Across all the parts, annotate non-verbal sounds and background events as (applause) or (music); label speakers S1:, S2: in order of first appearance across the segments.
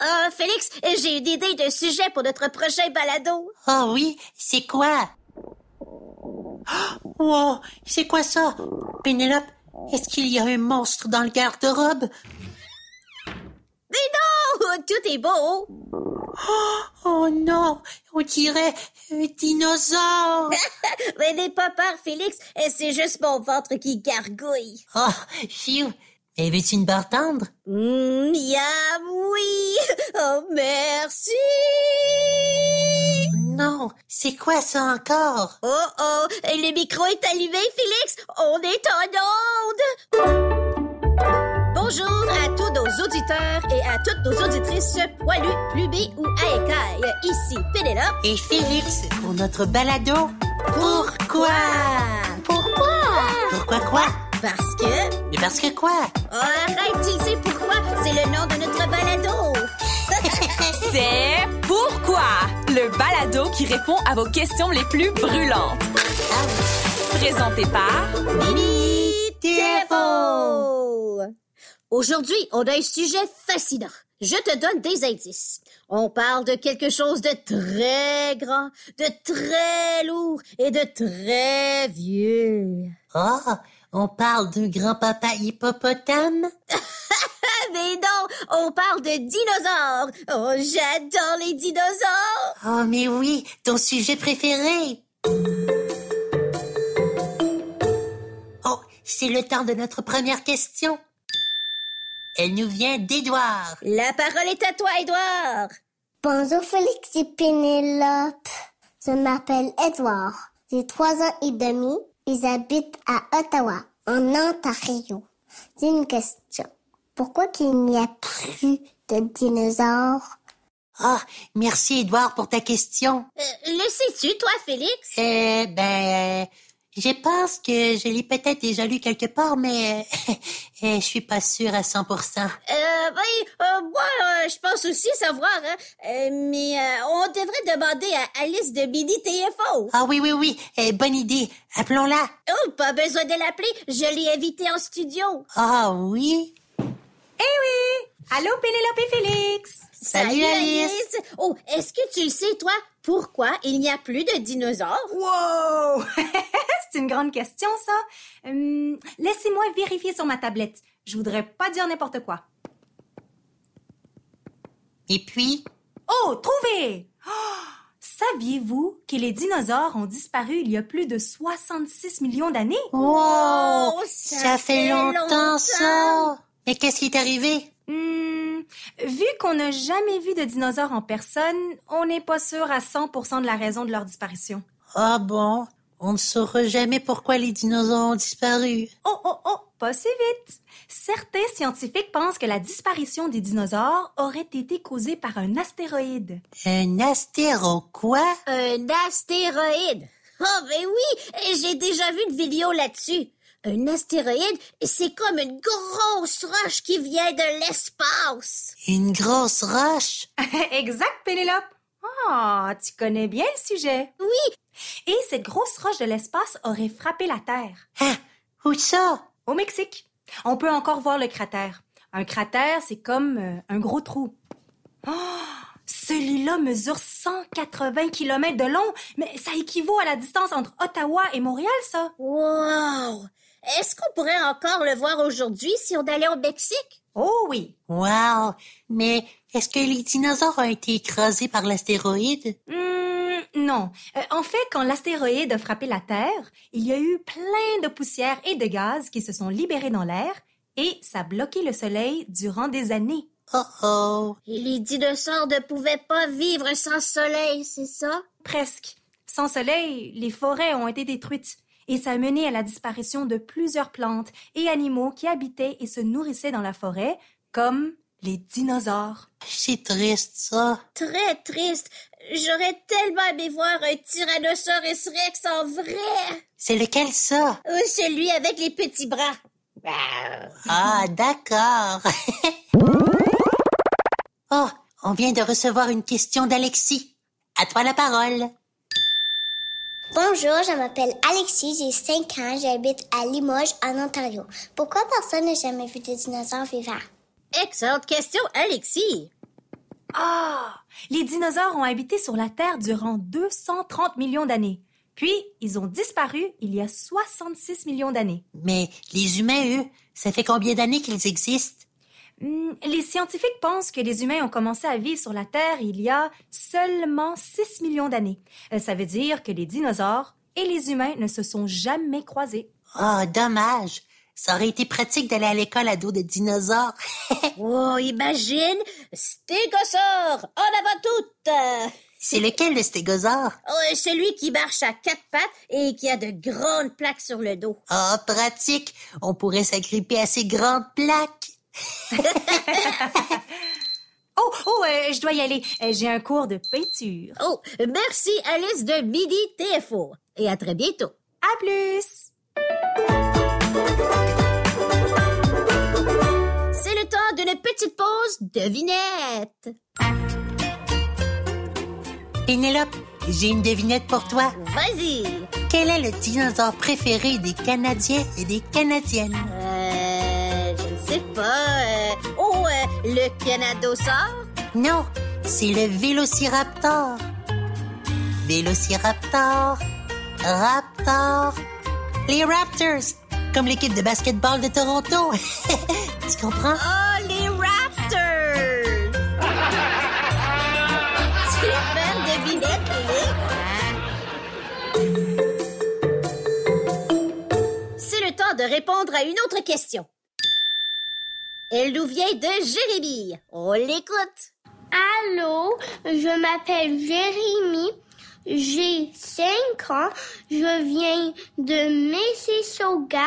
S1: Euh, Félix, j'ai une idée de sujet pour notre prochain balado.
S2: Oh oui, c'est quoi? Oh, Wow, c'est quoi ça? Pénélope, est-ce qu'il y a un monstre dans le garde-robe?
S1: Mais non! Oh, Tout est beau!
S2: Oh non, on dirait un dinosaure!
S1: Mais n'aie pas peur, Félix, c'est juste mon ventre qui gargouille.
S2: Oh, phew! Mais veux-tu une barre tendre?
S1: Hum, miam, oui! Oh, merci!
S2: Non, c'est quoi ça encore?
S1: Oh oh, le micro est allumé, Félix! On est en onde! Bonjour à tous nos auditeurs et à toutes nos auditrices poilues, plumées ou à écailles. Ici Pénélope
S2: Et Félix, pour notre balado, pourquoi?
S3: Pourquoi?
S2: Pourquoi quoi?
S1: parce que...
S2: Mais parce que quoi?
S1: Oh, arrête, tu le sais pourquoi? C'est le nom de notre balado!
S4: C'est Pourquoi Le balado qui répond à vos questions les plus brûlantes. Présenté par
S1: Mimi Théo. Aujourd'hui, on a un sujet fascinant. Je te donne des indices. On parle de quelque chose de très grand, de très lourd et de très vieux.
S2: Oh, on parle de grand-papa hippopotame?
S1: Ah, Mais non, on parle de dinosaures. Oh, j'adore les dinosaures.
S2: Oh mais oui, ton sujet préféré! Oh, c'est le temps de notre première question. Elle nous vient d'Édouard.
S1: La parole est à toi, Edouard.
S3: Bonjour Félix et Pénélope. Je m'appelle Edouard. J'ai trois ans et demi et j'habite à Ottawa, en Ontario. J'ai une question. Pourquoi qu'il n'y a plus de dinosaures?
S2: Oh, merci Édouard pour ta question.
S1: Euh, le sais-tu, toi, Félix?
S2: Euh, ben, euh, je pense que je l'ai peut-être déjà lu quelque part, mais (laughs) euh, euh, je suis pas sûre à 100%.
S1: Euh, ben, euh, moi, euh, je pense aussi savoir, hein. Euh, mais euh, on devrait demander à Alice de Mini TFO.
S2: Ah oui, oui, oui, euh, bonne idée. Appelons-la.
S1: Oh, pas besoin de l'appeler, je l'ai invitée en studio.
S2: Ah oui.
S4: Allô Pénélope et Félix.
S2: Salut, Alice.
S1: Oh, est-ce que tu le sais, toi, pourquoi il n'y a plus de dinosaures?
S5: Wow! (laughs) C'est une grande question, ça. Hum, Laissez-moi vérifier sur ma tablette. Je voudrais pas dire n'importe quoi.
S2: Et puis,
S5: Oh, trouvé! (gasps) Oh! Saviez-vous que les dinosaures ont disparu il y a plus de 66 millions d'années?
S2: wow,
S1: Oh,
S2: ça, fait longtemps, ça. Mais qu'est-ce qui est arrivé?
S5: Hum, vu qu'on n'a jamais vu de dinosaures en personne, on n'est pas sûr à 100% de la raison de leur disparition.
S2: Ah bon, on ne saura jamais pourquoi les dinosaures ont disparu.
S5: Oh, oh, oh, pas si vite! Certains scientifiques pensent que la disparition des dinosaures aurait été causée par un astéroïde.
S2: Un astéro quoi?
S1: Un astéroïde. Oh, ben oui, j'ai déjà vu une vidéo là-dessus. Un astéroïde, c'est comme une grosse roche qui vient de l'espace.
S2: Une grosse roche?
S5: (laughs) exact, Pénélope! Ah, tu connais bien le sujet.
S1: Oui.
S5: Et cette grosse roche de l'espace aurait frappé la Terre.
S2: Ah, où ça?
S5: Au Mexique, on peut encore voir le cratère. Un cratère, c'est comme euh, un gros trou. Ah, Celui-là mesure 180 km de long, mais ça équivaut à la distance entre Ottawa et Montréal, ça.
S1: Wow! Est-ce qu'on pourrait encore le voir aujourd'hui si on allait au Mexique?
S5: Oh oui,
S2: Wow! Mais est-ce que les dinosaures ont été écrasés par l'astéroïde?
S5: Hmm, non. Euh, en fait, quand l'astéroïde a frappé la Terre, il y a eu plein de poussière et de gaz qui se sont libérés dans l'air et ça a bloqué le Soleil durant des années.
S2: Oh oh!
S1: Et les dinosaures ne pouvaient pas vivre sans soleil, c'est ça?
S5: Presque. Sans Soleil, les forêts ont été détruites et ça a mené à la disparition de plusieurs plantes et animaux qui habitaient et se nourrissaient dans la forêt, comme les dinosaures.
S2: C'est triste, ça.
S1: Très triste. J'aurais tellement aimé voir un Tyrannosaurus Rex en vrai.
S2: C'est lequel, ça?
S1: Euh, celui avec les petits bras. Bah,
S2: Ah, d'accord. (laughs) oh, on vient de recevoir une question d'Alexis. À toi la parole.
S3: Bonjour, je m'appelle Alexis, j'ai 5 ans, j'habite à Limoges, en Ontario. Pourquoi personne n'a jamais vu de dinosaures vivants?
S1: Excellente question, Alexis.
S5: Ah! Les dinosaures ont habité sur la Terre durant 230 millions d'années. Puis, ils ont disparu il y a 66 millions d'années.
S2: Mais les humains, eux, ça fait combien d'années qu'ils existent?
S5: Hmm, les scientifiques pensent que les humains ont commencé à vivre sur la Terre il y a seulement 6 millions d'années. Euh, Ça veut dire que les dinosaures et les humains ne se sont jamais croisés.
S2: Oh, dommage. Ça aurait été pratique d'aller à l'école à dos de dinosaures.
S1: Oh, imagine! Stégosaure! En avant toute! Euh,
S2: C'est lequel le stégosaure?
S1: oh, celui qui marche à quatre pattes et qui a de grandes plaques sur le dos.
S2: Oh, pratique. On pourrait s'agripper à ces grandes plaques.
S5: Oh, oh, euh, je dois y aller. Euh, J'ai un cours de peinture.
S1: Oh, merci Alice de Midi TFO. Et à très bientôt.
S5: À plus!
S1: C'est le temps d'une petite pause devinette.
S2: Pénélope, j'ai une devinette pour toi.
S1: Vas-y.
S2: Quel est le dinosaure préféré des Canadiens et des Canadiennes?
S1: Euh, je ne sais pas. euh, oh, euh, le Canadosaure?
S2: Non, c'est le Vélociraptor. Vélociraptor. Raptor. Les Raptors. Comme l'équipe de basketball de Toronto. (laughs) tu comprends?
S1: Oh, les Raptors! Super devinette, Félix! C'est le temps de répondre à une autre question. Elle nous vient de Jérémy. On l'écoute.
S3: Allô, je m'appelle Jérémy, j'ai 5 ans, je viens de Mississauga,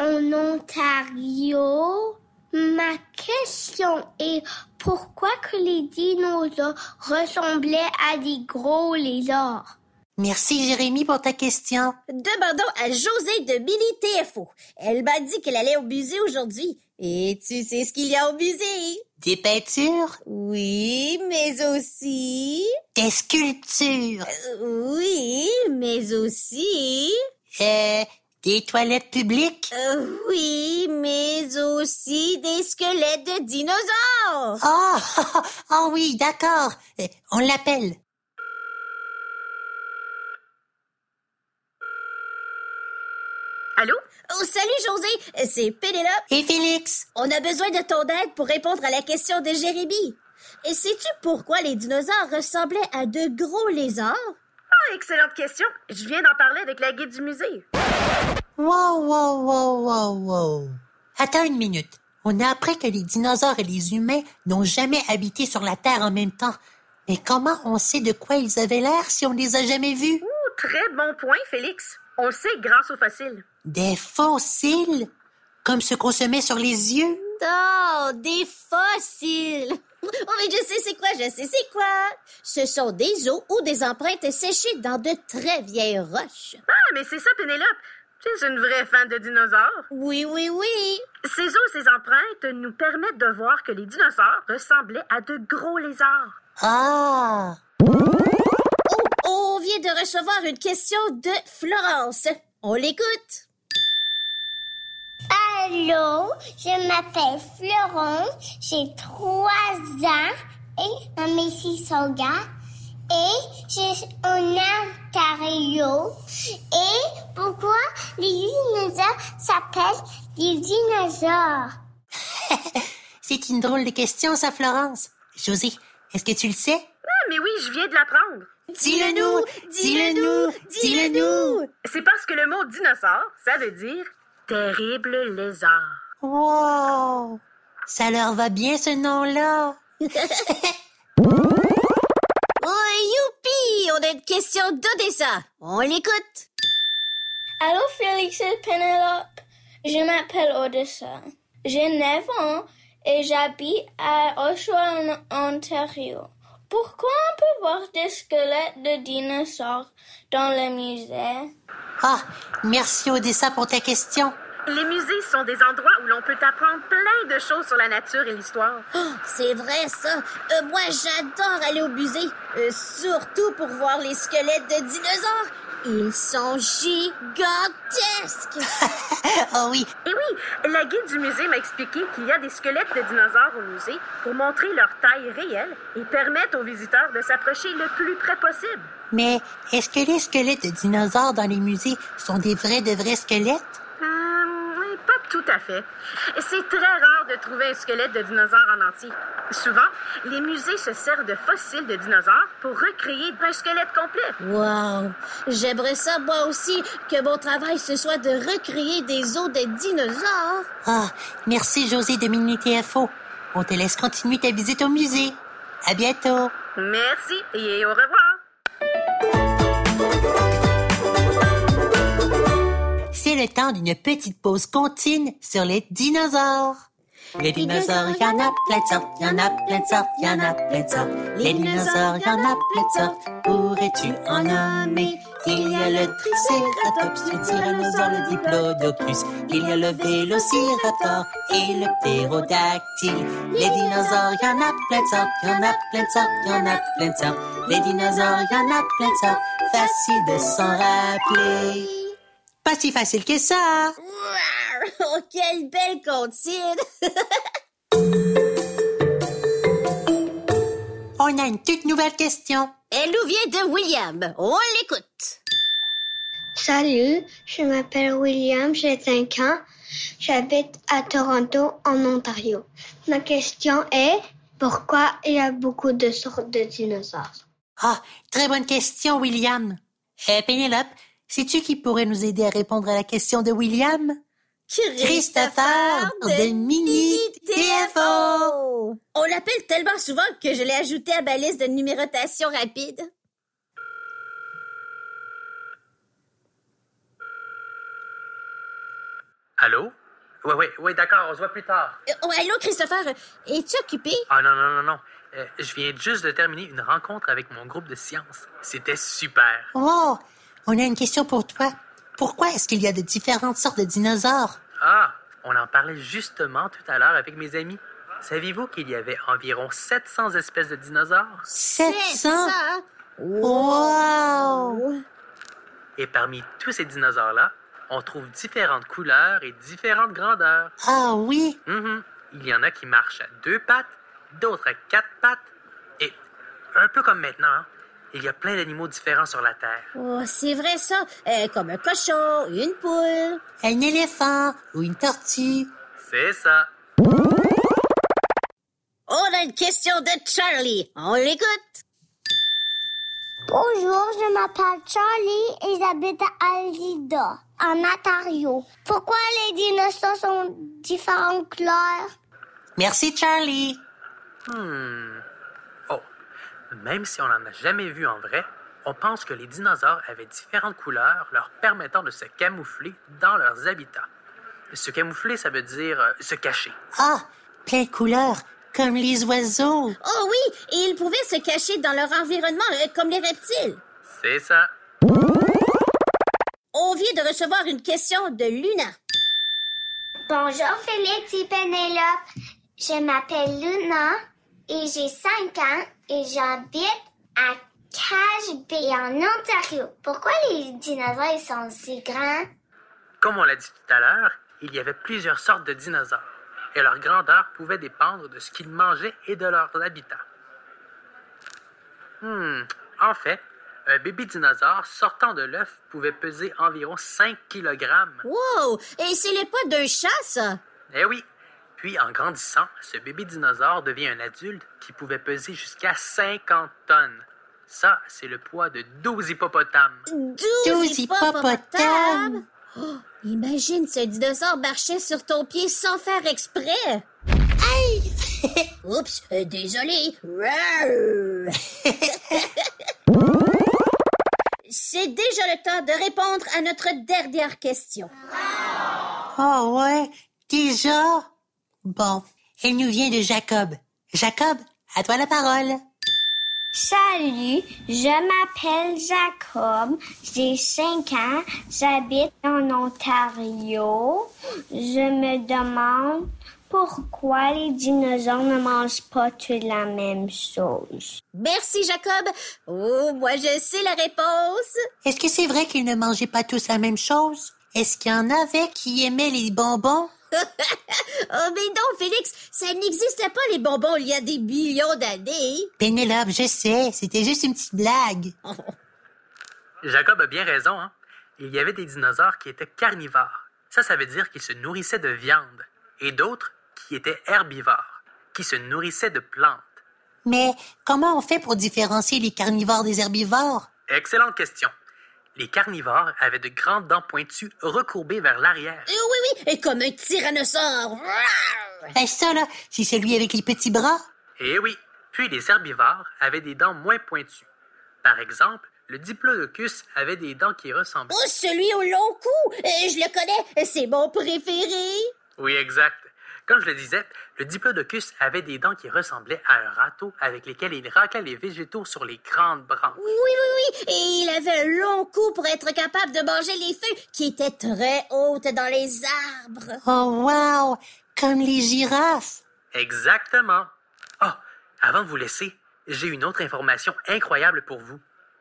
S3: en Ontario. Ma question est pourquoi que les dinosaures ressemblaient à des gros lézards?
S2: Merci, Jérémy, pour ta question.
S1: Demandons à José de Mini TFO. Elle m'a dit qu'elle allait au musée aujourd'hui. Et tu sais ce qu'il y a au musée?
S2: Des peintures?
S1: Oui, mais aussi...
S2: Des sculptures?
S1: Oui, mais aussi...
S2: Euh, des toilettes publiques?
S1: Euh, oui, mais aussi des squelettes de dinosaures.
S2: Ah, (laughs) ah oui, d'accord. Euh, On l'appelle.
S1: Allô? Oh, salut José, c'est Pénélope.
S2: Et Félix?
S1: On a besoin de ton aide pour répondre à la question de Jérémy. Et sais-tu pourquoi les dinosaures ressemblaient à de gros lézards? Ah, excellente question. Je viens d'en parler avec la guide du musée.
S2: Wow, wow, wow, wow, wow. Attends une minute. On a appris que les dinosaures et les humains n'ont jamais habité sur la Terre en même temps. Mais comment on sait de quoi ils avaient l'air si on les a jamais vus?
S1: Très bon point, Félix. On le sait grâce aux fossiles.
S2: Des fossiles? Comme ceux qu'on se met sur les yeux?
S1: Oh, des fossiles! Oh, mais je sais c'est quoi, je sais c'est quoi! Ce sont des os ou des empreintes séchées dans de très vieilles roches.
S6: Ah, mais c'est ça, Pénélope. Tu es une vraie fan de dinosaures.
S1: Oui, oui, oui!
S6: Ces os, ces empreintes nous permettent de voir que les dinosaures ressemblaient à de gros lézards.
S2: Ah!
S1: Oh, on vient de recevoir une question de Florence. On l'écoute!
S3: Allô, je m'appelle Florence, j'ai trois ans et un Mississauga et j'ai un Ontario. Et pourquoi les dinosaures s'appellent des dinosaures?
S2: C'est une drôle de question, ça, Florence. José, est-ce que tu le sais?
S6: Ah, mais oui, je viens de l'apprendre.
S2: Dis-le-nous! Dis-le-nous! Dis-le-nous!
S6: C'est parce que le mot dinosaure, ça veut dire terrible lézard.
S2: Wow! Ça leur va bien, ce nom-là!
S1: Oh, youpi! On a une question d'Odessa. On l'écoute!
S7: Allô Félix et Penelope, je m'appelle Odessa. J'ai 9 ans et j'habite à Oshawa, en Ontario. Pourquoi on peut voir des squelettes de dinosaures dans le musée
S2: Ah, merci Odessa pour ta question.
S6: Les musées sont des endroits où l'on peut apprendre plein de choses sur la nature et l'histoire.
S1: C'est vrai, ça. Euh, moi, j'adore aller au musée. Euh, surtout pour voir les squelettes de dinosaures. Ils sont gigantesques.
S2: oh oui,
S6: Et oui, la guide du musée m'a expliqué qu'il y a des squelettes de dinosaures au musée pour montrer leur taille réelle et permettre aux visiteurs de s'approcher le plus près possible.
S2: mais est-ce que les squelettes de dinosaures dans les musées sont des vrais de vrais squelettes?
S6: Hum, pas tout à fait. C'est très rare de trouver un squelette de dinosaure en entier. Souvent, les musées se servent de fossiles de dinosaures pour recréer un squelette complet.
S1: Wow! J'aimerais ça, moi aussi, que mon travail, ce soit de recréer des os de dinosaures.
S2: Ah, merci José de Minute Info. On te laisse continuer ta visite au musée. À bientôt.
S6: Merci et au revoir.
S2: C'est le temps d'une petite pause contine sur les dinosaures. Les dinosaures, il y en a plein de sortes, il y en a plein de sortes, il y en a plein de sortes. Les dinosaures, il y en a plein de sortes, pourrais-tu en nommer? Il y a le tricératops, le tyrannosaure, le diplodocus. Il y a le vélociraptor et le ptérodactyle. Les dinosaures, il y en a plein de sortes, il y en a plein de sortes, il y en a plein de sortes. Les dinosaures, il y en a plein de sortes, facile de s'en rappeler. Pas si facile que ça.
S1: Ouah! Oh, quelle belle comptine!
S2: On a une toute nouvelle question.
S1: Elle nous vient de William. On l'écoute.
S3: Salut, je m'appelle William, j'ai 5 ans. J'habite à Toronto, en Ontario. Ma question est pourquoi il y a beaucoup de sortes de dinosaures
S2: Ah, très bonne question, William. Euh, Pénélope, sais-tu qui pourrait nous aider à répondre à la question de William? Christopher de Mini TFO.
S1: On l'appelle tellement souvent que je l'ai ajouté à ma liste de numérotation rapide.
S8: Allô? Oui, oui, oui, d'accord, on se voit plus tard.
S1: Euh, Oh, allô, Christopher, es-tu occupé?
S8: Ah non, non, non, non. Euh, je viens juste de terminer une rencontre avec mon groupe de sciences. C'était super.
S2: Oh, on a une question pour toi. Pourquoi est-ce qu'il y a de différentes sortes de dinosaures?
S8: Ah, on en parlait justement tout à l'heure avec mes amis. Saviez-vous qu'il y avait environ 700 espèces de dinosaures?
S2: 700?
S1: ça? hein?
S2: Wow!
S8: Et parmi tous ces dinosaures-là, on trouve différentes couleurs et différentes grandeurs.
S2: Ah oui,
S8: Mhm. Il y en a qui marchent à deux pattes, d'autres à quatre pattes. Et un peu comme maintenant, hein, il y a plein d'animaux différents sur la Terre.
S1: Oh, c'est vrai ça. Euh, comme un cochon, une poule.
S2: un éléphant ou une tortue.
S8: C'est ça.
S1: On a une question de Charlie. On l'écoute.
S3: Bonjour, je m'appelle Charlie et j'habite à Alida, en Ontario. Pourquoi les dinosaures sont différentes couleurs
S2: Merci, Charlie.
S8: Hmm. Oh, même si on n'en a jamais vu en vrai, on pense que les dinosaures avaient différentes couleurs leur permettant de se camoufler dans leurs habitats. Se camoufler, ça veut dire euh, se cacher.
S2: Ah, plein de couleurs, comme les oiseaux.
S1: Oh oui, et ils pouvaient se cacher dans leur environnement euh, comme les reptiles.
S8: C'est ça.
S1: On vient de recevoir une question de Luna.
S3: Bonjour Félix et Pénélope. Je m'appelle Luna et j'ai 5 ans et j'habite à Cache Bay en Ontario. Pourquoi les dinosaures ils sont si grands?
S8: Comme on l'a dit tout à l'heure, il y avait plusieurs sortes de dinosaures, et leur grandeur pouvait dépendre de ce qu'ils mangeaient et de leur habitat. Hmm, en fait, un bébé dinosaure sortant de l'œuf pouvait peser environ 5 kg.
S1: Wow, et c'est les pas d'un chat, ça?
S8: Eh oui! Puis, en grandissant, ce bébé dinosaure devient un adulte qui pouvait peser jusqu'à 50 tonnes. Ça, c'est le poids de 12 hippopotames.
S1: Douze
S2: Douze
S1: hippopotames.
S2: hippopotames.
S1: Oh, imagine, ce dinosaure marchait sur ton pied sans faire exprès. Aïe! (laughs) Oups, euh, désolé. Rar. C'est déjà le temps de répondre à notre dernière question.
S2: Oh ouais, déjà? Bon, elle nous vient de Jacob. Jacob, à toi la parole.
S3: Salut, je m'appelle Jacob, j'ai 5 ans, j'habite en Ontario. Je me demande Pourquoi les dinosaures ne mangent pas tous la même chose?
S1: Merci, Jacob. Oh, moi, je sais la réponse.
S2: Est-ce que c'est vrai qu'ils ne mangeaient pas tous la même chose? Est-ce qu'il y en avait qui aimaient les bonbons?
S1: Oh, mais non, Félix, ça n'existait pas les bonbons il y a des millions d'années.
S2: Pénélope, je sais, c'était juste une petite blague.
S8: Jacob a bien raison. Hein? Il y avait des dinosaures qui étaient carnivores. Ça, ça veut dire qu'ils se nourrissaient de viande. Et d'autres qui étaient herbivores, qui se nourrissaient de plantes.
S2: Mais comment on fait pour différencier les carnivores des herbivores?
S8: Excellente question. Les carnivores avaient de grandes dents pointues recourbées vers l'arrière.
S1: Euh, oui, oui, et comme un tyrannosaure. Roar!
S2: Ben ça, là, c'est celui avec les petits bras.
S8: Eh oui. Puis les herbivores avaient des dents moins pointues. Par exemple, le diplodocus avait des dents qui ressemblaient.
S1: Oh, celui au long cou, Euh, je le connais, c'est mon préféré.
S8: Oui, exact. Comme je le disais, le diplodocus avait des dents qui ressemblaient à un râteau avec lesquels il raclait les végétaux sur les grandes branches.
S1: Oui, oui, oui, et il avait un long cou pour être capable de manger les feuilles qui étaient très hautes dans les arbres.
S2: Oh, wow! Comme les girafes.
S8: Exactement. Ah, avant de vous laisser, j'ai une autre information incroyable pour vous.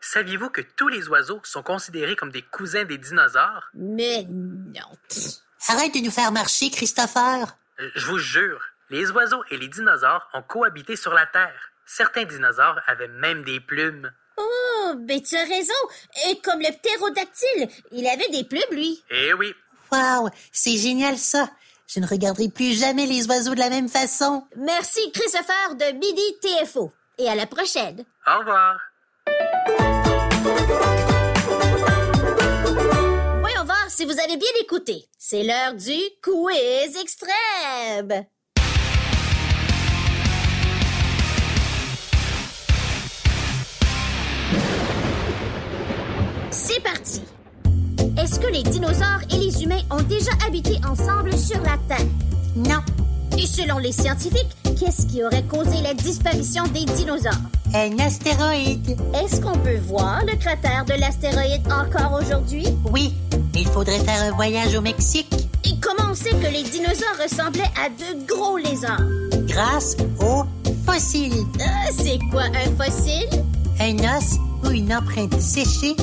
S8: Saviez-vous que tous les oiseaux sont considérés comme des cousins des dinosaures?
S1: Mais non. Pff,
S2: Arrête de nous faire marcher, Christopher.
S8: Euh, Je vous jure, les oiseaux et les dinosaures ont cohabité sur la Terre. Certains dinosaures avaient même des plumes.
S1: Oh, mais tu as raison. Et comme le ptérodactyle, il avait des plumes, lui.
S8: Eh oui,
S2: Wow, c'est génial ça. Je ne regarderai plus jamais les oiseaux de la même façon.
S1: Merci, Christopher de Midi TFO. Et à la prochaine.
S8: au revoir.
S1: Voyons voir si vous avez bien écouté. C'est l'heure du quiz extrême. C'est parti. Est-ce que les dinosaures et les humains ont déjà habité ensemble sur la Terre?
S2: Non,
S1: Et selon les scientifiques, qu'est-ce qui aurait causé la disparition des dinosaures?
S2: un astéroïde.
S1: Est-ce qu'on peut voir le cratère de l'astéroïde encore aujourd'hui?
S2: Oui, mais il faudrait faire un voyage au Mexique
S1: Et comment on sait que les dinosaures ressemblaient à de gros lézards?
S2: grâce aux fossiles.
S1: Ah, c'est quoi un fossile?
S2: Un os ou une empreinte séchée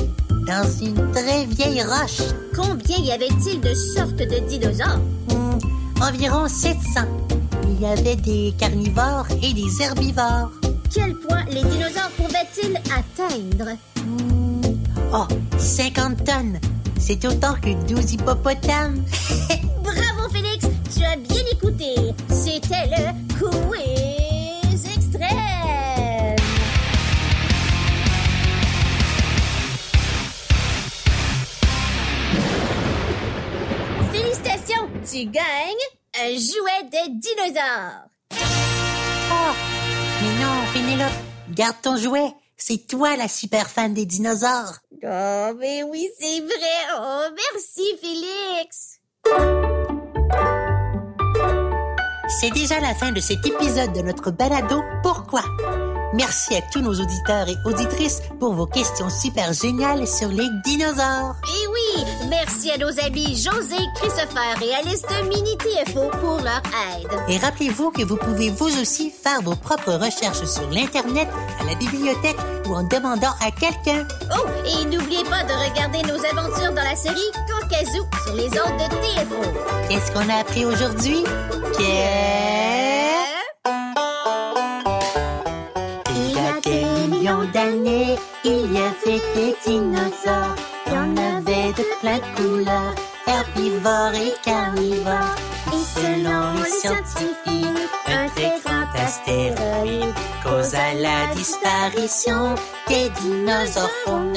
S2: dans une très vieille roche.
S1: Combien y avait-il de sortes de dinosaures?
S2: Hmm, environ 700. Il y avait des carnivores et des herbivores.
S1: Quel poids les dinosaures pouvaient-ils atteindre?
S2: Hmm, oh, 50 tonnes. C'est autant que 12 hippopotames.
S1: Bravo Félix, tu as bien écouté. C'était le quiz extrême. Félicitations, tu gagnes un jouet de dinosaure.
S2: Oh, mais non, Pénélope, garde ton jouet. C'est toi la super fan des dinosaures.
S1: Oh, mais oui, c'est vrai. Oh, merci Félix.
S2: C'est déjà la fin de cet épisode de notre balado Pourquoi Merci à tous nos auditeurs et auditrices pour vos questions super géniales sur les dinosaures.
S1: Et Eh oui, merci à nos amis José, Christopher et Alice de Mini TFO pour leur aide.
S2: Et rappelez-vous que vous pouvez vous aussi faire vos propres recherches sur l'Internet, à la bibliothèque ou en demandant à quelqu'un.
S1: Oh, et n'oubliez pas de regarder nos aventures dans la série Caucasou sur les ondes de TFO.
S2: Qu'est-ce qu'on a appris aujourd'hui? Que... Il y a des millions d'années, il y avait des dinosaures. Il y en avait de plein de couleurs, herbivores et carnivores. Et selon les scientifiques, un très grand astéroïde causa la disparition des dinosaures qu'on